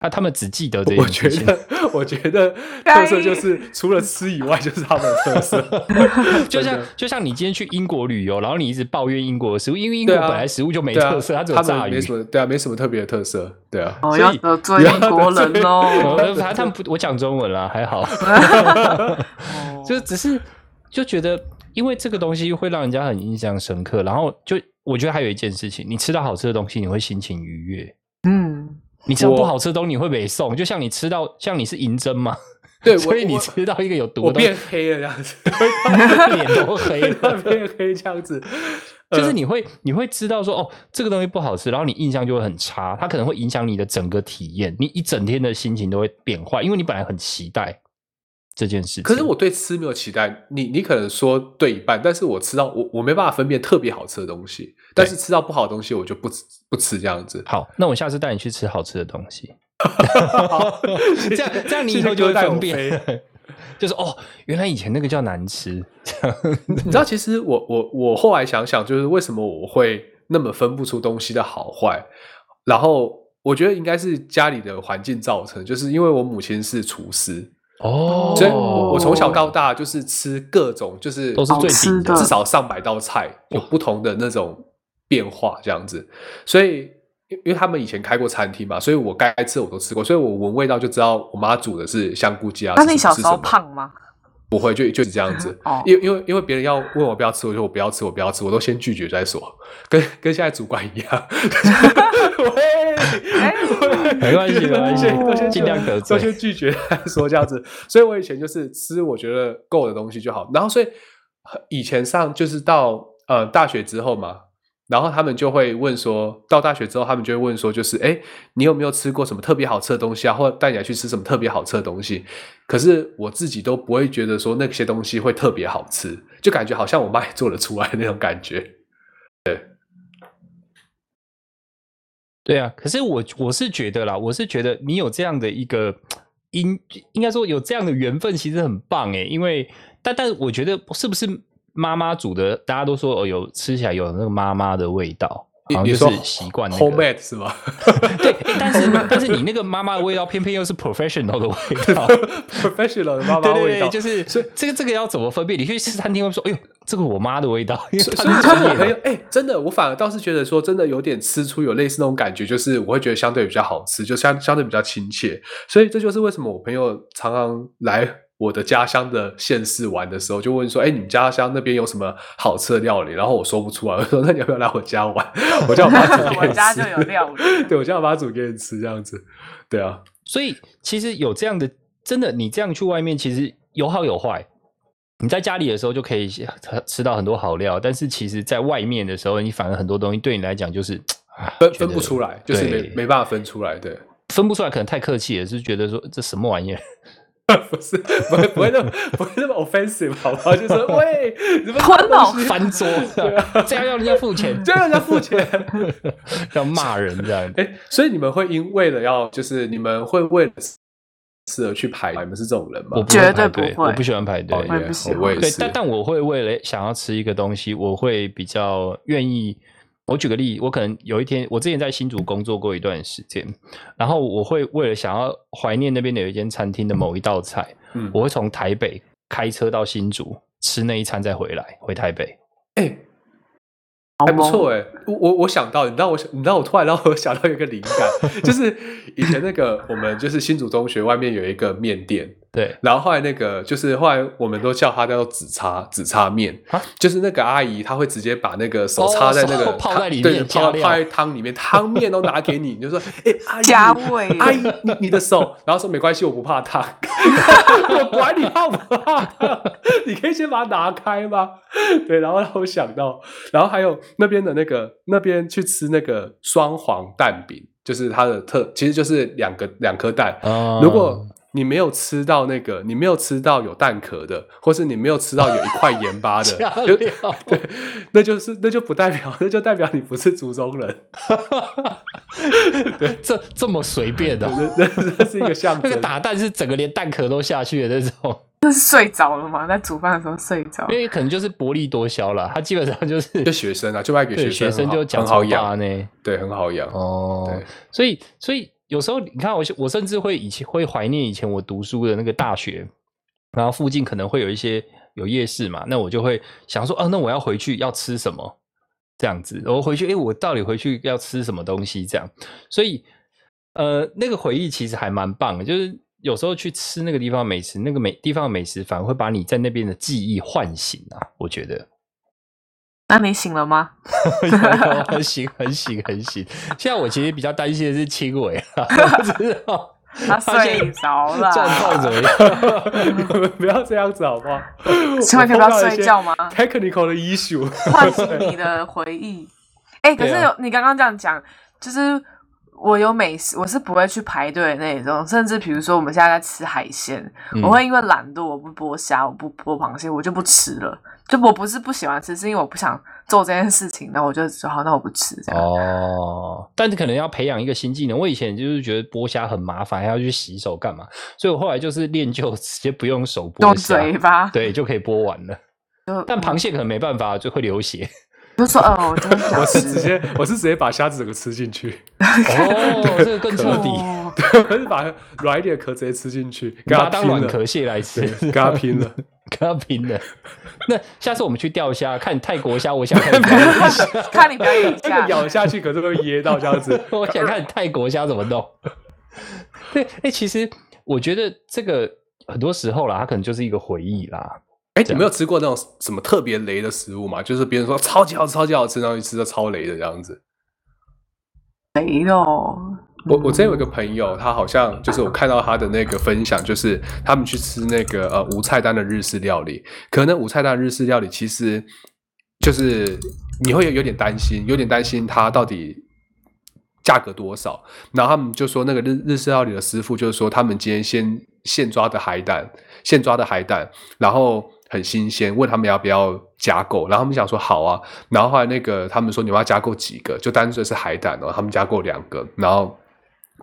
S1: 啊，他们只记得这
S2: 我
S1: 件
S2: 觉
S1: 事情，
S2: 得，我觉得特色就是除了吃以外，就是他们的特色。
S1: 就像
S2: 真的
S1: 就像你今天去英国旅游，然后你一直抱怨英国的食物，因为英国
S2: 对啊
S1: 本来食物就 没
S2: 对啊
S1: 特色，，它只有
S2: 他
S1: 炸
S2: 们
S1: 鱼
S2: 没。什么，对啊，没什么特别的特色，对啊。
S3: 哦，
S1: 所
S3: 要
S1: 以
S3: 得罪英国 人
S1: 我
S3: 哦。
S1: 呃反正他们不，我讲中文啦，还好，
S2: 哦
S1: 就只是 就觉得，因为这个东西会让人家很印象深刻。然后就我觉得还有一件事情，你吃到好吃的东西，你会心情愉悦；
S3: 嗯，
S1: 你吃到
S2: 我
S1: 不好吃的东西，你会被送。就像你吃到像你是银针嘛，
S2: 对，我
S1: 所以你
S2: 我
S1: 吃到一个有毒
S2: 我
S1: 的东西
S2: 变，黑了这样子，
S1: 脸都黑了。
S2: 变黑这样子，
S1: 就是你会你会知道说哦，这个东西不好吃，然后你印象就会很差，它可能会影响你的整个体验，你一整天的心情都会变坏，因为你本来很期待，这件事情。
S2: 可是我对吃没有期待，你你可能说对一半，但是我吃到我我没办法分辨特别好吃的东西，但是吃到不好的东西我就不吃不吃这样 子。
S1: 好，那我下次带你去吃好吃的东 西。
S2: 好
S1: 这样这样你以后就会分辨， 就是哦，原来以前那个叫难吃。
S3: 嗯
S2: 你知道，其实我我我后来想想，就是为什么我会那么分不出东西的好坏，然后我觉得应该是家里的环境造成，就是因为我母亲是厨师，
S1: 哦，
S2: 所以我我从小到大就是吃各种，就是
S1: 都是最顶
S3: 好吃
S2: 至
S3: 的
S1: 的，
S2: 少上百道菜，有不同的那种变化这样子。所以，因因为他们以前开过餐厅嘛，所以我该吃我都吃过，所以我闻味道就知道我妈煮的是香菇鸡啊。
S3: 那
S2: 是
S3: 你
S2: 什么
S3: 小
S2: 是
S3: 时
S2: 什
S3: 候
S2: 么
S3: 胖吗？。
S2: 不会，就就是这样子
S3: 哦
S2: 因为因为因为别人要问我不要吃，我就说我不要吃，我不要吃，我都先拒绝再说，跟跟现在主管一样。 喂，
S3: 哎，
S1: 没关系，没关系
S2: 都先，
S1: 尽量得
S2: 哦都先
S1: 罪。
S2: 拒绝再说这样子。所以我以前就是吃我觉得够的东西就好。然后所以呃以前上就是到呃大学之后嘛，然后他们就会问说，到大学之后他们就会问说，就是哎，诶你有没有吃过什么特别好吃的东西啊？或者带你来去吃什么特别好吃的东西？可是我自己都不会觉得说那些东西会特别好吃，就感觉好像我妈也做得出来那种感觉。
S1: 对啊，可是我我是觉得啦，我是觉得你有这样的一个应应该说有这样的缘分，其实很棒诶，因为但但我觉得是不是妈妈煮的，大家都说哦有吃起来有那个妈妈的味道，
S2: 你
S1: 好像就
S2: 你说
S1: 是习惯那个。
S2: homemade 是吗
S1: 对，诶但是但是你那个妈妈的味道，偏偏又是 professional 的味道。
S2: ？professional 的 妈妈
S1: 对对
S2: 味
S1: 对，
S2: 道
S1: 就是
S2: 所以
S1: 这个这个要怎么分辨？你去吃餐厅会说，哎呦，这个我妈的味道，因为
S2: 所以
S1: 她
S2: 所以
S1: 是
S2: 所以我
S1: 专
S2: 朋
S1: 业的。
S2: 友哎、真的，我反而倒是觉得说，真的有点吃出有类似那种感觉，就是我会觉得相对比较好吃，就相相对比较亲切。所以这就是为什么我朋友常常来我的家乡的县市玩的时候，就问说：“哎、你们家乡那边有什么好吃的料理？”然后我说不出来，我说：“那你要不要来我家玩？ 我叫我 妈煮给
S3: 我
S2: 你
S3: 家就有
S2: 吃。
S3: 料理。
S2: 对，我叫我妈煮给你吃，这样子。对啊，
S1: 所以其实有这样的，真的，你这样去外面其实有好有坏。你在家里的时候就可以吃到很多好料，但是其实在外面的时候，你反而很多东西对你来讲就是啊
S2: 分
S1: 觉
S2: 分
S1: 得
S2: 不出来，就是没
S1: 对
S2: 没办法分出来。对，
S1: 分不出来，可能太客气了，是觉得说这什么玩意儿。
S2: 不是不会不会那么不会那么 offensive 好不好？就是说喂，你们
S3: 吞哦
S1: 翻 桌，
S3: 啊
S1: 这样要人家付钱，
S2: 就让人家付钱。
S1: 要骂人这样。
S2: 哎，所以你们会因为了要，就是你们会为了适合去排，你们是这种人吗
S1: 我？不喜欢
S3: 绝对
S1: 排
S3: 不
S1: 队
S3: 会
S1: 我不喜欢排队
S2: 哦，
S3: 我也不喜欢
S2: 我也
S1: 对，
S2: 是。
S1: 但但我会为了想要吃一个东西，我会比较愿意。我举个例，我可能有一天，我之前在新竹工作过一段时间，然后我会为了想要怀念那边的有一间餐厅的某一道菜，
S2: 嗯，
S1: 我会从台北开车到新竹吃那一餐再回来，回台北。
S2: 哎，
S3: 好
S2: 还不
S3: 萌
S2: 错哎。我我我想到，你知道我想，你知道我突然让我 想到一个灵感，就是以前那个我们就是新竹中学外面有一个面店，
S1: 对，
S2: 然后后来那个就是后来我们都叫它叫做紫叉紫叉面
S1: 啊，
S2: 就是那个阿姨她会直接把那个手
S1: 哦
S2: 插在那个
S1: 手泡
S2: 汤
S1: 在里
S2: 对
S1: 面加
S2: 泡
S1: 料
S2: 泡在汤里面，汤面都拿给你，你就说 哎、阿姨
S3: 加味
S2: 阿姨你你的手，然后说没关系我不怕烫， 我管你怕不怕烫，你可以先把它拿开吗？对，然后让我想到，然后还有那边的那个那边去吃那个双黄蛋饼，就是它的特，其实就是两个两颗蛋，
S1: 啊
S2: 哦如果你没有吃到那个，你没有吃到有蛋壳的，或是你没有吃到有一块盐巴 的，
S1: 加
S2: 就
S1: 料
S2: 对，那就是那就不代表， 那就代表你不是族中人，
S1: 这这么随便 的、啊
S2: 那那那是一个象
S1: 那
S2: 征
S1: 个。打蛋是整个连蛋壳都下去的那种。
S3: 那是睡着了吗？在煮饭的时候睡着
S1: 因。为可能就是薄利多销啦，他基本上就是
S2: 就学生啊，就卖给
S1: 对
S2: 生，
S1: 学生就讲
S2: 很好
S1: 什么话
S2: 养，
S1: 呢。
S2: 对，很好养。
S1: 哦
S2: 对，
S1: 所以所以有时候你看我，我甚至会以前会怀念以前我读书的那个大学，然后附近可能会有一些有夜市嘛，那我就会想说，啊，那我要回去要吃什么这样子，我回去，诶，我到底回去要吃什么东西这样，所以呃，那个回忆其实还蛮棒的，就是。有时候去吃那个地方美食，那个美地方美食反而会把你在那边的记忆唤醒啊！我觉得，
S3: 那你醒了吗？
S1: 有有很醒，很醒，很醒。现在我其实比较担心的是轻微啊，我不知道
S3: 他睡着 了。
S1: 状况怎么样。
S2: 你们不要这样子 好不好？
S3: 请问可以不要睡觉吗
S2: 我碰到一些？Technical 的 issue，
S3: 唤醒你的回忆。哎、可
S1: 对
S3: 是
S1: 啊
S3: 有、你刚刚这样讲，就是我有美食，我是不会去排队的那种。甚至比如说我们现在在吃海鲜，
S1: 嗯
S3: 我会因为懒惰，我不剥虾，我不剥螃蟹，我就不吃了。就我不是不喜欢吃，是因为我不想做这件事情，那我就只好那我不吃这样。
S1: 哦，但是可能要培养一个新技能。我以前就是觉得剥虾很麻烦，还要去洗手干嘛，所以我后来就是练就直接不用手剥
S3: 用
S1: 虾，
S3: 嘴巴，
S1: 对，就可以剥完了。但螃蟹可能没办法，就会流血。
S3: 就说哦，我真的不想
S2: 我是直
S3: 吃。
S2: 接我是直接把虾子整个吃进去，
S1: 哦，这个更彻底，
S3: 哦
S2: 我是把软一点的壳直接吃进去，
S1: 你
S2: 跟
S1: 把它
S2: 它
S1: 当
S2: 拼
S1: 软
S2: 了，
S1: 壳蟹来吃
S2: 对，跟它拼了。
S1: 跟它拼了。那下次我们去钓虾，看泰国虾，我想看泰国虾
S3: 看你表演一
S2: 那
S3: 下
S2: 个，咬下去可是会噎到这样子。
S1: 我想看泰国虾怎么弄。 对，哎、其实我觉得这个很多时候啦，它可能就是一个回忆啦。
S2: 哎，你没有吃过那种什么特别雷的食物吗？就是别人说超级好吃、超级好吃，然后一吃就超雷的这样子。
S3: 没有。
S2: 我我之前有一个朋友，他好像就是我看到他的那个分享，就是他们去吃那个呃无菜单的日式料理，可能无菜单的日式料理其实就是你会有有点担心，有点担心它到底价格多少。然后他们就说那个日日式料理的师傅就是说他们今天先现抓的海胆，现抓的海胆，然后。很新鲜，问他们要不要加购，然后他们想说好啊，然后后来那个他们说你们要加购几个，就单纯是海胆哦，他们加购两个，然后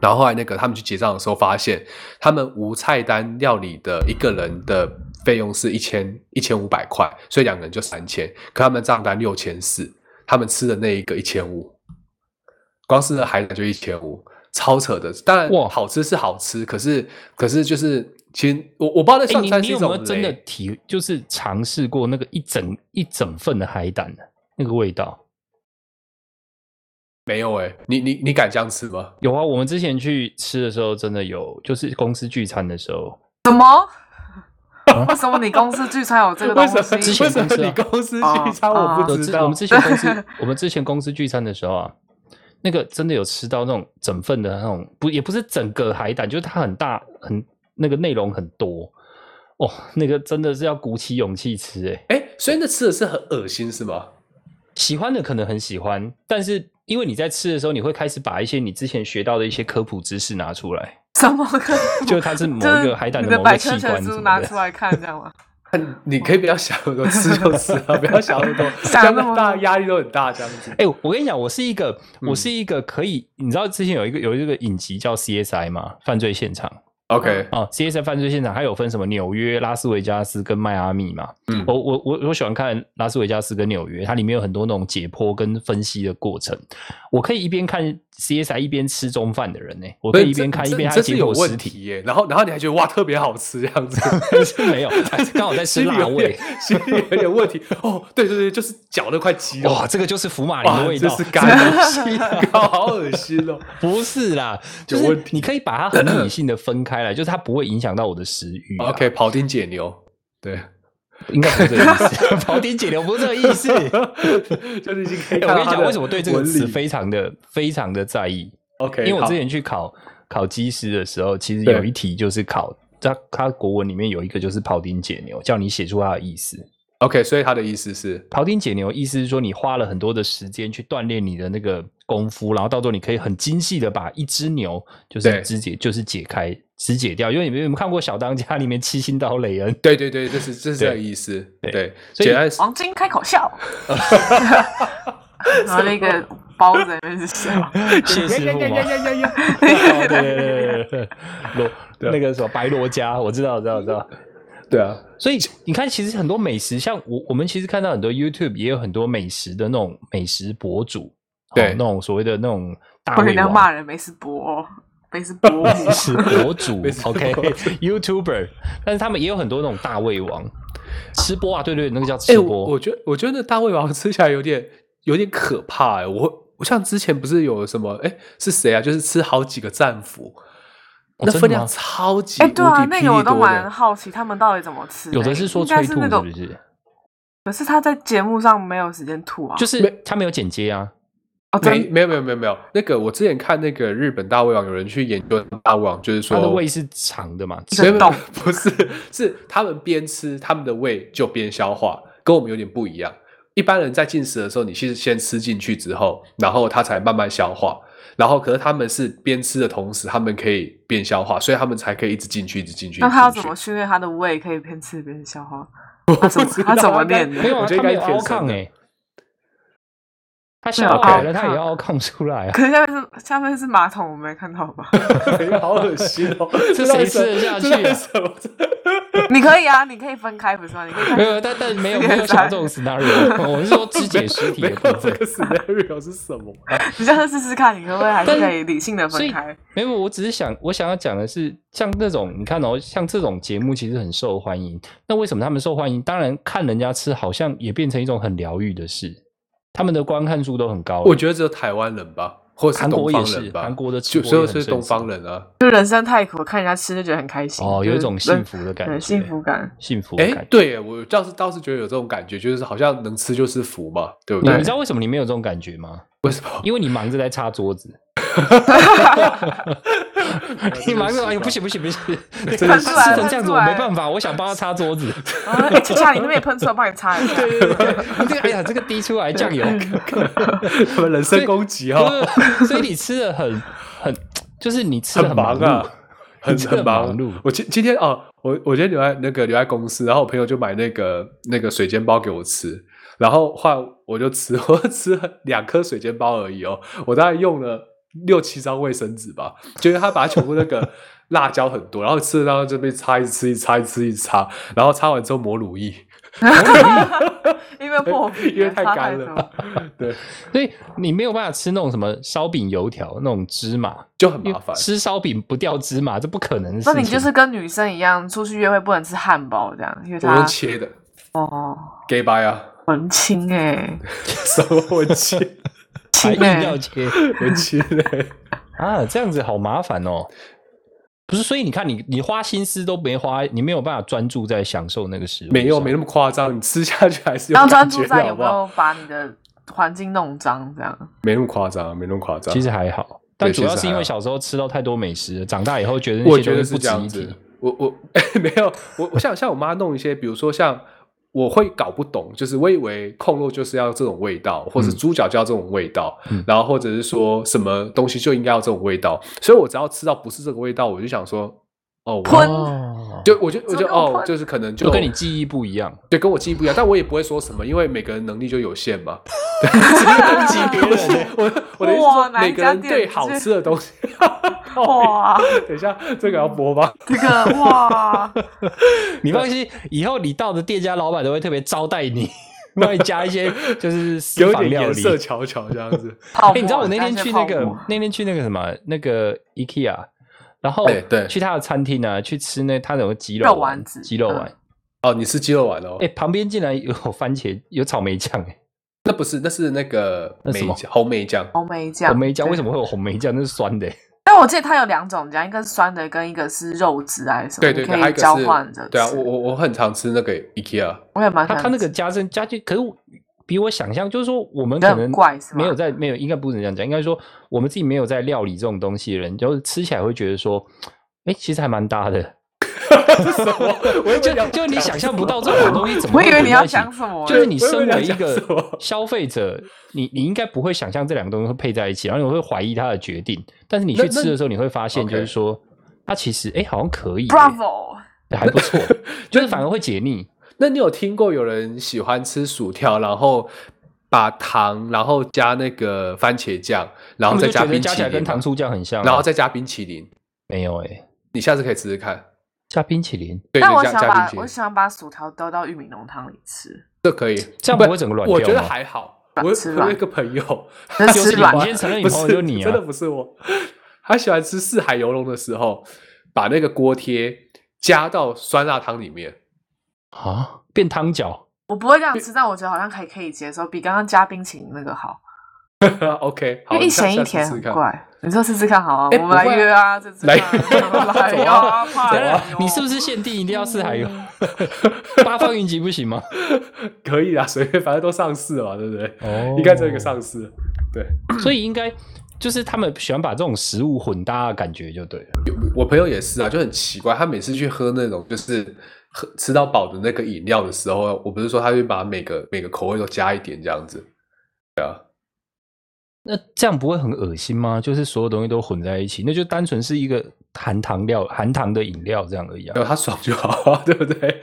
S2: 然后后来那个他们去结账的时候发现，他们无菜单料理的一个人的费用是一千一千五百块，所以两个人就三千，可他们账单六千四，他们吃的那一个一千五，光是那海胆就一千五，超扯的。当然
S1: 哇
S2: 好吃是好吃，可是可是就是其实我我不知道那
S1: 哎、
S2: 算不
S1: 你
S2: 算
S1: 你
S2: 是一
S1: 有没
S2: 种
S1: 有真的
S2: 雷
S1: 体就是尝试过那个一整一整份的海胆的那个味道？
S2: 没有哎、你你你敢这样吃吗？
S1: 有啊，我们之前去吃的时候真的有，就是公司聚餐的时候，
S3: 什么？为什么你公司聚餐有这个东
S2: 为什么
S1: 之
S3: 西
S1: 前？
S2: 为什么你公司聚餐
S3: 哦
S2: 我
S3: 哦
S2: 不
S1: 有
S2: 知
S1: 之
S2: 道？
S1: 我们之前公 司我们之前公司聚餐的时候啊，那个真的有吃到那种整份的那种，不也不是整个海胆，就是它很大，很那个内容很多哦，那个真的是要鼓起勇气吃哎、
S2: 哎、所以那吃的是很恶心是吗？
S1: 喜欢的可能很喜欢，但是因为你在吃的时候，你会开始把一些你之前学到的一些科普知识拿出来，
S3: 什么科？
S1: 就它是某
S3: 就
S1: 一
S3: 是
S1: 个海胆
S3: 你
S1: 的
S3: 的
S1: 某一
S3: 百
S1: 个器
S3: 科全
S1: 官什
S3: 书
S1: 么
S3: 拿
S1: 的
S3: 出。来看，这 样吗？
S2: 你可以不要想那么多，吃就吃啊，不要想那么多，
S3: 想那么
S2: 这样
S3: 多
S2: 大家压力都很大，这样子。
S1: 哎、我跟你讲，我是一个，我
S2: 嗯
S1: 是一个可以，你知道之前有一个有一个影集叫 CSI 嘛，犯罪现场。
S2: OK，
S1: 哦，CSI 犯罪现场还有分什么纽约、拉斯维加斯跟迈阿密嘛？
S2: 嗯
S1: 我我我我喜欢看拉斯维加斯跟纽约，它里面有很多那种解剖跟分析的过程。我可以一边看 CSI 一边吃中饭的人呢、我可以一边看一边他
S2: 这这是
S1: 解
S2: 有
S1: 剖尸
S2: 问
S1: 体，
S2: 题耶。然后然后你还觉得哇特别好吃这样 子，
S1: 是 没有，刚哦好在吃
S2: 心里
S1: 辣
S2: 有
S1: 味
S2: 点。 心里有点问题。哦，对对对，就是嚼那块鸡肉，
S1: 哇，这个就是福马林的味
S2: 这
S1: 道，
S2: 是
S1: 什么
S2: 干
S1: 东西啊
S2: 的， 好恶心 哦。
S1: 不是啦，就
S2: 有
S1: 是
S2: 问题
S1: 你可以把它很理性的分开来，就是它不会影响到我的食欲啊、
S2: OK，庖丁解牛，对，
S1: 应该不是这个意思， 庖丁解牛不是这个意思。
S2: 就是已经可
S1: 欸
S2: 以
S1: 我
S2: 看到
S1: 跟你
S2: 它
S1: 讲，
S2: 的
S1: 为什么对这个
S2: 纹
S1: 词
S2: 理
S1: 非常的非常的在意？
S2: OK？
S1: 因为我
S2: 好
S1: 之前去考考机师的时候，其实有
S2: 对
S1: 一题就是考它它国文里面有一个就是庖丁解牛，叫你写出它的意思。
S2: OK，所以他的意思是
S1: 庖丁解牛意思是说你花了很多的时间去锻炼你的那个功夫，然后到时候你可以很精细的把一只牛就是
S2: 对
S1: 肢解就是解开肢解掉，因为你们有没有看过《小当家》里面七星刀雷 恩？
S2: 对对对，这是这是这
S1: 对
S2: 个意思。
S1: 对
S2: 对，啊
S1: 所以
S2: 简单是
S3: 黄金开口笑， 然后那个包子在那边笑，
S1: 谢师傅吗？ 哦对对对对对， 罗那个什么白罗家，我知道，我知道，我知道。
S2: 对啊，
S1: 所以你看，其实很多美食，像我我们其实看到很多 YouTube 也有很多美食的那种美食博主，
S2: 对
S1: 哦那种所谓的那种大
S3: 我跟
S1: 胃
S3: 你要
S1: 王。
S3: 骂人没事播，没事播母
S1: 美食博主
S2: 美食博主
S1: ，OK，YouTuber，但是他们也有很多那种大胃王吃播啊，对对，那个叫
S2: 哎、
S1: 吃
S2: 我
S1: 播
S2: 我，觉得我觉得那大胃王吃起来有点有点可怕哎、我会我像之前不是有什么哎、是谁啊？就是吃好几个战斧，
S1: 哦
S2: 那
S1: 真的
S2: 分量
S1: 吗
S2: 超级无
S3: 哎，
S2: 敌
S3: 对啊，
S2: 霹
S3: 那
S2: 雳
S3: 个我都
S2: 多
S3: 蛮
S2: 的。
S3: 好奇他们到底怎么吃的。
S1: 有的是说
S3: 应该
S1: 催
S3: 是
S1: 吐
S3: 那
S1: 是
S3: 个
S1: 不，是？
S3: 可是他在节目上没有时间吐啊。
S1: 就是他没有剪接啊，
S3: 哦，
S2: 没
S3: 真
S2: 没有没有没有没有，那个我之前看那个日本大胃王，有人去研究大胃王，就是说
S1: 他的胃是长的嘛，
S3: 个
S2: 没有没有
S3: 洞
S2: 不是，是他们边吃，他们的胃就边消化，跟我们有点不一样。一般人在进食的时候，你是先吃进去之后，然后它才慢慢消化。然后可是他们是边吃的同时，他们可以边消化，所以他们才可以一直进去，一直进去。
S3: 那他要
S2: 一直
S3: 怎么
S2: 进去？
S3: 训练他的胃可以边吃边 消化？他怎么他怎么练的
S1: 没？有啊，
S2: 我觉得
S1: 他没
S2: 应
S1: 有
S2: 该是天
S1: all
S2: 生的
S1: 抗哎，他
S3: 啊
S1: 下海了，他也要 all 抗出来啊。
S3: 可是下面是下面是马桶，我没看到吧？
S2: 好恶 心哦！
S1: 这
S2: 到
S1: 谁
S2: 底什
S1: 吃得下去啊
S2: 这到底什么
S3: 你可以啊，你可以分开，不是吗？你可以 看
S1: 没有，但但没有没有想到这种 scenario，我们是说肢解尸体
S2: 没
S1: 的
S2: 有
S1: 部
S2: 这
S1: 分。
S2: 个 scenario 是什么啊？
S3: 你下次试试看，你可不可以还是
S1: 但
S3: 可以理性的
S1: 所
S3: 分
S1: 以
S3: 开？
S1: 没有，我只是想，我想要讲的是，像那种你看哦，像这种节目其实很受欢迎。那为什么他们受欢迎？当然，看人家吃好像也变成一种很疗愈的事，他们的观看数都很高。
S2: 我觉得只有台湾人吧，或者是
S1: 韩
S2: 东
S1: 国
S2: 方
S1: 也是
S2: 人吧，
S1: 韩国的吃
S2: 就
S1: 播
S2: 所以
S1: 也很
S2: 是
S1: 盛
S2: 东方
S1: 行
S2: 人啊。
S3: 就人生太苦，看人家吃就觉得很开心。
S1: 哦，有一种
S3: 就是
S1: 幸福的感觉，
S3: 对幸 福感。
S1: 幸福的
S2: 哎
S1: 感，觉。
S2: 对耶，我倒是倒是觉得有这种感觉，就是好像能吃就是福嘛，对不
S1: 你
S2: 对
S1: 你知？道为什么你没有这种感觉吗？
S2: 为什么？
S1: 因为你忙着在擦桌子，你忙着哎不行不行不行，
S2: 真的
S1: 他
S2: 是
S1: 吃成这样子我没办法，我想帮他擦桌子。
S3: 然后哎，恰恰你那边也喷出来，我帮你擦一下。
S1: 对对对，对这个哎呀这个滴出来 酱油，
S2: 他们人身攻击哈、哦，
S1: 不是所以你吃的很很，就是你吃的
S2: 很
S1: 忙
S2: 忙
S1: 碌
S2: 啊，，很
S1: 真的
S2: 很忙
S1: 忙碌
S2: 我今今天哦，我我今天留在那个留在公司，然后我朋友就买那个那个水煎包给我吃，然后换我就吃， 我就吃了两颗水煎包而已哦，我大概用了六七张卫生纸吧，就是他把它全部那个辣椒很多，然后吃到这边擦一吃一擦一吃一擦，然后擦完之后抹乳液，
S3: 因为破皮了，
S2: 因为太
S3: 擦
S2: 干
S3: 多
S2: 了，对，
S1: 所以你没有办法吃那种什么烧饼、油条那种芝麻，
S2: 就很麻烦。
S1: 吃烧饼不掉芝麻，这不可能的事
S3: 那
S1: 情。
S3: 你就是跟女生一样，出去约会不能吃汉堡这样，因为
S2: 我
S3: 它
S2: 用切的
S3: 哦
S2: gay bye 啊，
S3: 文 青哎，
S2: 什么我切
S1: 还
S3: 亲
S1: 硬
S3: 哎
S1: 要，切
S2: 我切嘞。
S1: 啊，这样子好麻烦哦。不是，所以你看你，你花心思都没花，你没有办法专注在享受那个食物。
S2: 没有，没那么夸张，你吃下去还是有
S3: 然后专
S2: 感
S3: 注
S2: 觉
S3: 在
S2: 的，好
S3: 有
S2: 不
S3: 没
S2: 好？
S3: 有把你的环境弄脏 这样。
S2: 没那么夸张，没那么夸张。
S1: 其实还好，但
S2: 对
S1: 主
S2: 其
S1: 要
S2: 实
S1: 是因
S2: 还
S1: 为
S2: 好
S1: 小时候吃到太多美食了，长大以后觉得那
S2: 我
S1: 些
S2: 觉
S1: 东
S2: 得
S1: 西
S2: 是
S1: 不
S2: 这
S1: 值
S2: 样
S1: 一提
S2: 子。。我我、 没有，我我像像我妈弄一些，比如说像我会搞不懂，就是我以为控肉就是要这种味道，或是
S1: 嗯
S2: 猪脚就要这种味道，
S1: 嗯
S2: 然后或者是说什么东西就应该要这种味道，所以我只要吃到不是这个味道，我就想说，哦，我
S3: 喷
S1: 哦，
S2: 就我就我
S3: 怎么
S2: 就
S3: 那么
S2: 哦，
S3: 喷
S2: 就是可能就
S1: 就跟你记忆不一样。
S2: 对跟我记忆不一样，但我也不会说什么，因为每个人能力就有 限嘛。
S1: 攻击别人呢
S2: 我的我的意思是
S3: 哇
S2: 说，
S3: 哪一
S2: 每个
S3: 家
S2: 人
S3: 店
S2: 对
S3: 是
S2: 好吃的东西， 哇！
S3: 哇，
S2: 等一下，这个要播吗？
S3: 这个 哇，
S1: 你放心，以后你到的店家老板都会特别招待你，帮你加一些就是私
S2: 有
S1: 房
S2: 点
S1: 料
S2: 颜
S1: 理。
S2: 色瞧瞧这样子。
S3: 泡
S1: 哎、你知道
S3: 沫
S1: 我那天去那
S3: 感觉
S1: 个
S3: 泡沫
S1: 那天去那个什么那个 IKEA，然后
S2: 哎对
S1: 去他的餐厅啊，去吃那他有个鸡
S3: 肉
S1: 肉
S3: 丸子
S1: 鸡肉
S3: 嗯
S1: 丸，
S2: 哦，你是鸡肉丸哦？
S1: 哎、旁边竟然有番茄有草莓酱、欸，
S2: 那不是，那是那个
S1: 那什
S2: 梅
S1: 么
S2: 酱红梅酱。
S3: 红梅酱，
S1: 红梅酱
S3: 对
S1: 为什么会有红梅酱？那是酸的、欸
S3: 但我记得它有两种酱，一个是酸的，跟一个是肉质还是什么，
S2: 对对对，
S3: 你
S2: 还有
S3: 可以
S2: 一个
S3: 交
S2: 是
S3: 换着吃。
S2: 对啊，我我我很常吃那个 IKEA。
S3: 我也蛮
S1: 他
S3: 想
S1: 他那个
S3: 吃
S1: 加深加进，可是我比我想象，就是说我们
S3: 觉得
S1: 可
S3: 很
S1: 能
S3: 怪是吗
S1: 没有在没有，应该不能这样讲，应该说我们自己没有在料理这种东西的人，就是吃起来会觉得说，哎，其实还蛮搭的。
S2: 什么？我以为
S1: 就
S2: 要
S1: 就你想象不到这种东西怎么
S3: 我
S1: 会
S3: 以为
S1: 混
S3: 你
S1: 在
S3: 要
S1: 一起
S3: 讲什么，
S1: 就是你身为一
S2: 我以为你要讲什
S1: 个
S2: 么
S1: 消费者，你你应该不会想象这两个东西会配在一起，然后你会怀疑它的决定。但是你
S2: 那
S1: 去吃
S2: 那
S1: 的时候，你会发现，
S2: OK
S1: 就是说，它其实哎好像可以耶、
S3: Bravo，
S1: 还不 错，就是反而会解腻。
S2: 那你有听过有人喜欢吃薯条，然后把糖，然后加那个番茄酱，然后
S1: 他们
S2: 再
S1: 就觉得
S2: 冰
S1: 加
S2: 淇
S1: 起来
S2: 淋
S1: 跟
S2: 吗
S1: 糖，醋酱很像啊、
S2: 然后再加冰淇淋。
S1: 没有哎、
S2: 你下次可以试试看。
S1: 加冰淇淋。
S2: 对，
S3: 但
S2: 你
S3: 我
S2: 加
S3: 想
S2: 加冰
S3: 把
S2: 淇
S3: 我
S2: 淋，
S3: 想把薯条丢到玉米浓汤里 吃，
S2: 这可以。
S1: 这样不会整个软掉
S2: 我觉得
S1: 吗
S2: 还好。我我
S3: 吃软
S2: 有一个朋友，
S3: 就
S1: 就是
S3: 吃
S1: 是
S3: 软
S1: 你先承认你
S2: 不
S1: 朋友
S2: 是
S1: 就是你啊
S2: 真的不是我。他喜欢吃四海游龙的时候，把那个锅贴加到酸辣汤里面。
S1: 啊，变汤饺，
S3: 我不会这样吃，但我觉得好像还可以接受，比刚刚加冰淇淋那个好，
S2: OK，好，
S3: 因为一
S2: 你下
S3: 咸
S2: 下
S3: 一
S2: 次
S3: 甜
S2: 试
S3: 很
S2: 试看。
S3: 怪。你说试试看好啊，
S2: 哎
S3: 我们来
S2: 不会啊
S3: 约啊，这次
S2: 来
S3: 来
S2: 走
S3: 呀
S2: 啊，嗯
S3: 怕哦嗯
S2: 走
S1: 当
S2: 啊
S1: 然
S3: 了哟
S1: 你是不是限定一定要四海游？八方云集不行吗？
S2: 可以啊，随便，反正都上市嘛，对不对？
S1: 哦
S2: 应该只有一个上市。对，
S1: 所以应该就是他们喜欢把这种食物混搭的感觉就对了。
S2: 我朋友也是啊，就很奇怪，他每次去喝那种就是喝吃到饱的那个饮料的时候，我不是说他会把每个每个口味都加一点这样子。
S1: 那这样不会很恶心吗？就是所有东西都混在一起，那就单纯是一个含糖料、含糖的饮料这样而已啊
S2: 呃有。他爽就好， 对不对？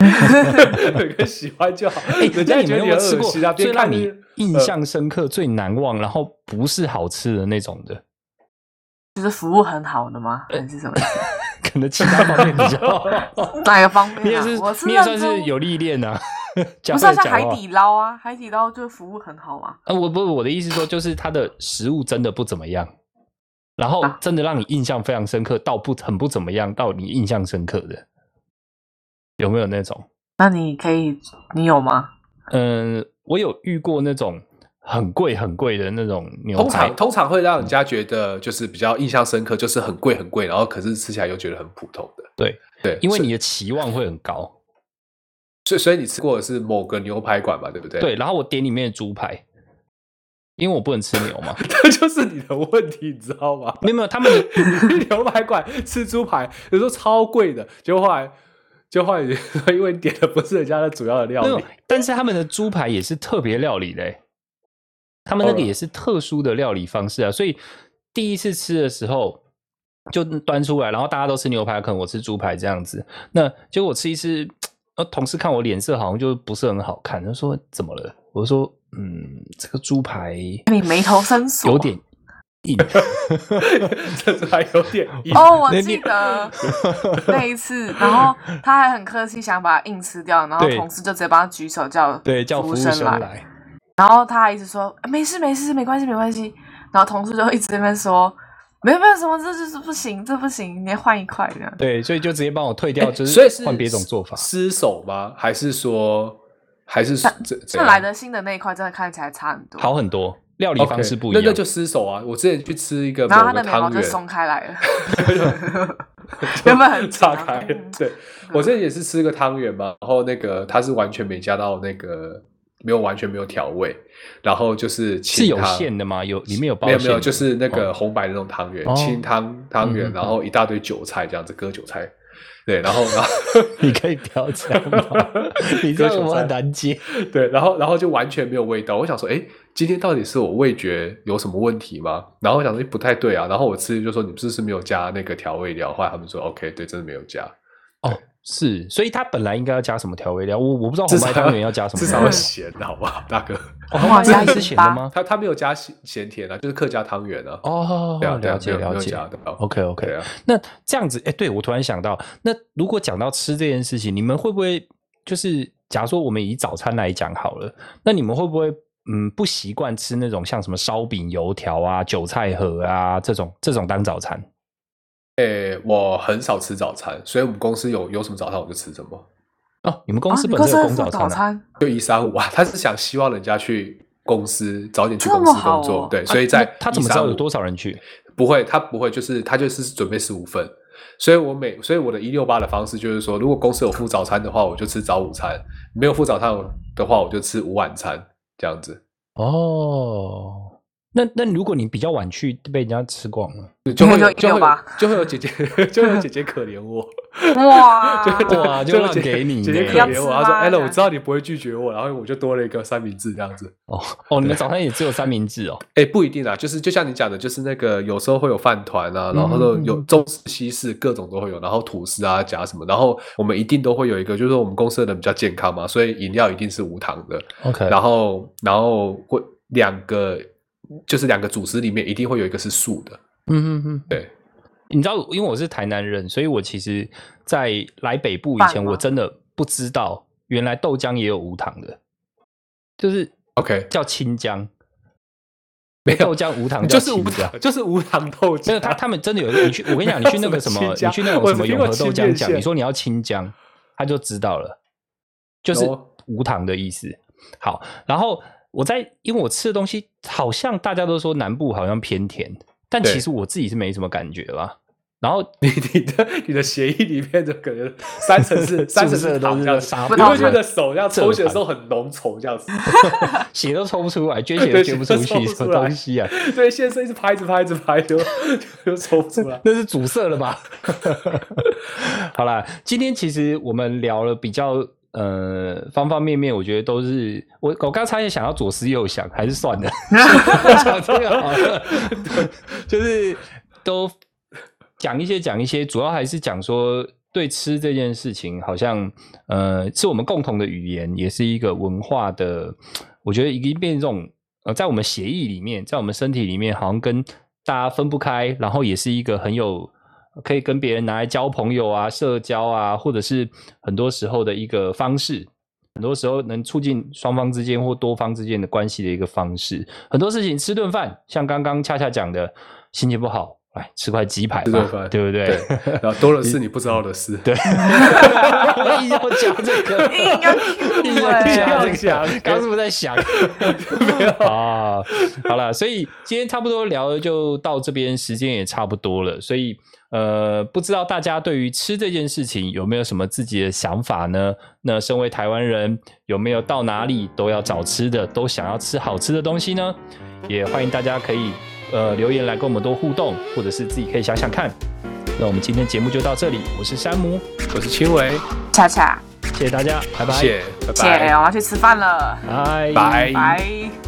S2: 每个喜欢就好。
S1: 哎，
S2: 人
S1: 那
S2: 家也
S1: 你
S2: 觉
S1: 们有
S2: 得
S1: 没
S2: 你
S1: 有
S2: 很
S1: 吃
S2: 恶
S1: 过
S2: 心啊，
S1: 最
S2: 边
S1: 让
S2: 看
S1: 你
S2: 就是
S1: 印象深刻、最难忘，然后不是好吃的那种的？
S3: 就是服务很好的吗？
S1: 呃
S3: 还是什么？
S1: 可能其他方面比较 好。
S3: 哪个方面、啊？
S1: 你也是
S3: 我，是
S1: 你也
S3: 认
S1: 算是
S3: 真
S1: 有历练 呐、啊。
S3: 不
S1: 不
S3: 是啊像海底捞啊，海底捞就服务很好啊。
S1: 呃，我不，我的意思说，就是它的食物真的不怎么样，然后
S3: 啊
S1: 真的让你印象非常深刻，到不很不怎么样，到你印象深刻的，有没有那种？
S3: 那你可以，你有吗？
S1: 嗯，我有遇过那种很贵很贵的那种牛
S2: 通
S1: 排哦
S2: 常，通常会让人家觉得就是比较印象深刻，就是很贵很贵，然后可是吃起来又觉得很普通的。
S1: 对
S2: 对，
S1: 因为
S2: 所
S1: 你的期望会很高。
S2: 所以所以你吃过的是某个牛排馆吧，对不对？
S1: 对，，然后我点里面的猪排，因为我不能吃牛嘛，
S2: 这就是你的问题，你知道吗？
S1: 没有没有，他们的
S2: 去牛排馆吃猪排，有时候超贵的，结果后来，结果后来你 因为你点的不是人家的主要的料
S1: 没有
S2: 理，，
S1: 但是他们的猪排也是特别料理的欸、他们那个
S2: 哦
S1: 也是特殊的料理方式啊。所以第一次吃的时候就端出来，然后大家都吃牛排，可能我吃猪排这样子。那结果我吃一吃，呃，同事看我脸色好像就不是很好看，他说怎么了？我说嗯，这个猪排
S3: 你眉头深锁，
S1: 有点硬。
S2: 这这还有 点硬。
S3: 哦，我
S1: 那
S3: 记
S1: 你
S3: 得那一次，然后他还很客气，想把它硬吃掉，然后
S1: 对
S3: 同事就直接帮他举手叫
S1: 对，叫服
S3: 服
S1: 务
S3: 生
S1: 生
S3: 来，
S1: 来，
S3: 然后他还一直说啊没事没事，没关系没关系，然后同事就一直在那边说没有没有什么，这就是不行，这不行，你要换一块这样。
S1: 对，所以就直接帮我退掉，
S2: 哎
S1: 就
S2: 所以是
S1: 是换别种做法。
S2: 失手吗？还是说，还是这这
S3: 这来的新的那一块真的看起来差很多，
S1: 啊好很多，料理方式不一
S2: 那
S1: 样。
S2: 那就失手啊！我之前去吃一个
S3: 然后
S2: 某
S3: 他
S2: 个
S3: 的眉毛
S2: 汤
S3: 就
S2: 圆，
S3: 松开来了， 原本很紧
S2: 岔
S3: 张
S2: 开
S3: 的嗯。
S2: 对我之前也是吃个汤圆嘛，然后那个它是完全没加到那个，没有完全没有调味，然后就是
S1: 是
S2: 清
S1: 有
S2: 汤
S1: 馅的吗？有里面有包
S2: 没有
S1: 馅
S2: 没有，
S1: 的
S2: 就是那个
S1: 哦
S2: 红白的那种汤圆
S1: 哦，
S2: 清汤
S1: 嗯
S2: 汤
S1: 嗯
S2: 圆，
S1: 嗯
S2: 然后一大堆韭菜这样子割韭菜，对，然后然后。
S1: 你可以不要这样吗？ 你这样我很难接。
S2: 对，然后然后就完全没有味道。我想说，哎，今天到底是我味觉有什么问题吗？然后我想说诶不太对啊。然后我吃就说你是不是没有加那个调味料？后来他们说 OK，对，真的没有加，
S1: 哦，是，所以它本来应该要加什么调味料，我我不知道
S2: 至
S1: 红白
S2: 少
S1: 汤圆要加什么
S2: 至
S1: 调味
S2: 少要
S1: 料。
S2: 咸的好不好，大哥？
S1: 哦红白
S3: 至少
S1: 汤
S3: 要
S1: 圆是咸的吗？
S2: 他他没有加咸咸甜啊，就是客家汤圆啊。
S1: 哦，
S2: 对啊，对啊
S1: 了解
S2: 没有
S1: 了
S2: 没有
S1: 解。
S2: 加的啊。
S1: OK
S2: 对
S1: OK，
S2: 啊，
S1: 那这样子，哎，对我突然想到，那如果讲到吃这件事情，你们会不会嗯就是，假如说我们以早餐来讲好了，那你们会不会嗯不习惯吃那种像什么烧饼、油条啊、韭菜盒啊这种这种当早餐？
S2: 诶，我很少吃早餐，所以我们公司有有什么早餐我就吃什么。
S1: 哦，你们公
S3: 啊，
S1: 司
S3: 你
S1: 本
S3: 公司
S1: 身有
S3: 会
S1: 供早
S3: 附
S1: 餐
S3: 早
S1: 啊？
S3: 餐，
S2: 就一三五啊，他是想希望人家去公司早点去
S3: 这
S2: 公司
S3: 么
S2: 工
S3: 好
S2: 作
S3: 哦，
S2: 对，
S1: 啊
S2: 所以在
S1: 那他怎么知道有多
S2: 少？
S1: 少人去？
S2: 不会，他不会，就是他就是准备十五份。所以我每所以我的一六八的方式就是说，如果公司有付早餐的话，我就吃早午餐；没有付早餐的话，我就吃午晚餐这样子。
S1: 哦，那那如果你比较晚去，被人家吃光了，
S2: 就会 有
S3: 就
S2: 就会有
S3: 168
S2: 就会有姐姐 就会有姐姐可怜我，
S3: 哇，
S2: 就
S1: 哇
S2: 就
S1: 就让
S2: 有姐姐
S1: 给你
S2: 姐姐
S1: 呢
S2: 可怜我，
S3: 啊
S2: 她
S3: 要吃啊
S2: 说
S3: 吗：“
S2: 哎，
S3: 这样
S2: 我知道你不会拒绝我，然后我就多了一个三明治这样子。
S1: 哦哦，你们早餐也只有三明治哦，”
S2: 哎，不一定啦，就是就像你讲的，就是那个有时候会有饭团啊，然后
S1: 嗯
S2: 有中式、西式各种都会有，然后吐司啊夹什么，然后我们一定都会有一个，就是说我们公司的人比较健康嘛，所以饮料一定是无糖的。
S1: ，OK，
S2: 然后然后会两个，就是两个主食里面一定会有一个是素的。
S1: 嗯嗯嗯，
S2: 对。
S1: 你知道，因为我是台南人，所以我其实，在来北部以前，
S3: 饭吗
S1: 我真的不知道原来豆浆也有无糖的，就是。
S2: OK，
S1: 叫清浆，
S2: 没有
S1: 豆浆无糖叫
S2: 就是
S1: 清
S2: 无
S1: 浆。
S2: 糖，就是无糖豆浆。
S1: 啊
S2: 啊
S1: 没 有他，他们真的有一个。你去，我跟你讲，你去那个什么，
S2: 什么清
S1: 你
S2: 浆
S1: 去那种
S2: 我
S1: 什么
S2: 只
S1: 永
S2: 听过
S1: 和豆
S2: 清
S1: 浆
S2: 面
S1: 讲，你
S2: 线
S1: 说你要清浆，他就知道了，就是
S2: 有啊
S1: 无糖的意思。好，然后我在，因为我吃的东西好像大家都说南部好像偏甜，但
S2: 对
S1: 其实我自己是没什么感觉啦。然后
S2: 你你的你的协议里面的可能三层是三层
S1: 注射
S2: 是
S1: 都
S2: 糖
S1: 是
S2: 这样子
S1: 沙
S2: 你
S3: 糖
S2: 会觉
S1: 啊
S2: 得手这样抽血的时候很浓稠这样子。
S1: 血都抽不出 来，捐血都
S2: 对
S1: 捐不
S2: 血
S1: 出
S2: 都抽
S1: 去，
S2: 不
S1: 什
S2: 出
S1: 么
S2: 来
S1: 东西啊？
S2: 对，先生一直拍，一直拍，一直拍，就就抽 不出来。
S1: 那是阻塞了吧？好啦，今天其实我们聊了比较呃方方面面，我觉得都是我我刚才也想要左思右想，还是算了， 讲这个好了，就是都讲一些讲一些，主要还是讲说对吃这件事情，好像呃是我们共同的语言，也是一个文化的，我觉得已经变成这种呃在我们协议里面，在我们身体里面，好像跟大家分不开，然后也是一个很有。可以跟别人拿来交朋友啊、社交啊，或者是很多时候的一个方式，很多时候能促进双方之间或多方之间的关系的一个方式。很多事情吃顿饭，像刚刚恰恰讲的，心情不好，来吃块鸡排
S2: 吃顿
S1: 吧，
S2: 饭
S1: 对不对？
S2: 对，然后多的是你不知道的事。
S1: 对，我硬要讲这个，
S3: 硬要 cue
S1: 硬要讲这
S2: 欸
S1: 个，刚刚是不是在想？没有啊，好了，所以今天差不多聊的就到这边，时间也差不多了，所以呃，不知道大家对于吃这件事情有没有什么自己的想法呢？那身为台湾人，有没有到哪里都要找吃的，都想要吃好吃的东西呢？也欢迎大家可以呃留言来跟我们多互动，或者是自己可以想想看。那我们今天节目就到这里，我是山姆，
S2: 我是青维，
S3: 恰恰，
S1: 谢谢大家，拜拜，
S2: 谢谢，拜哦
S3: 姐，
S2: 拜，
S3: 我要去吃饭了，
S1: 拜
S2: 拜。
S3: 拜。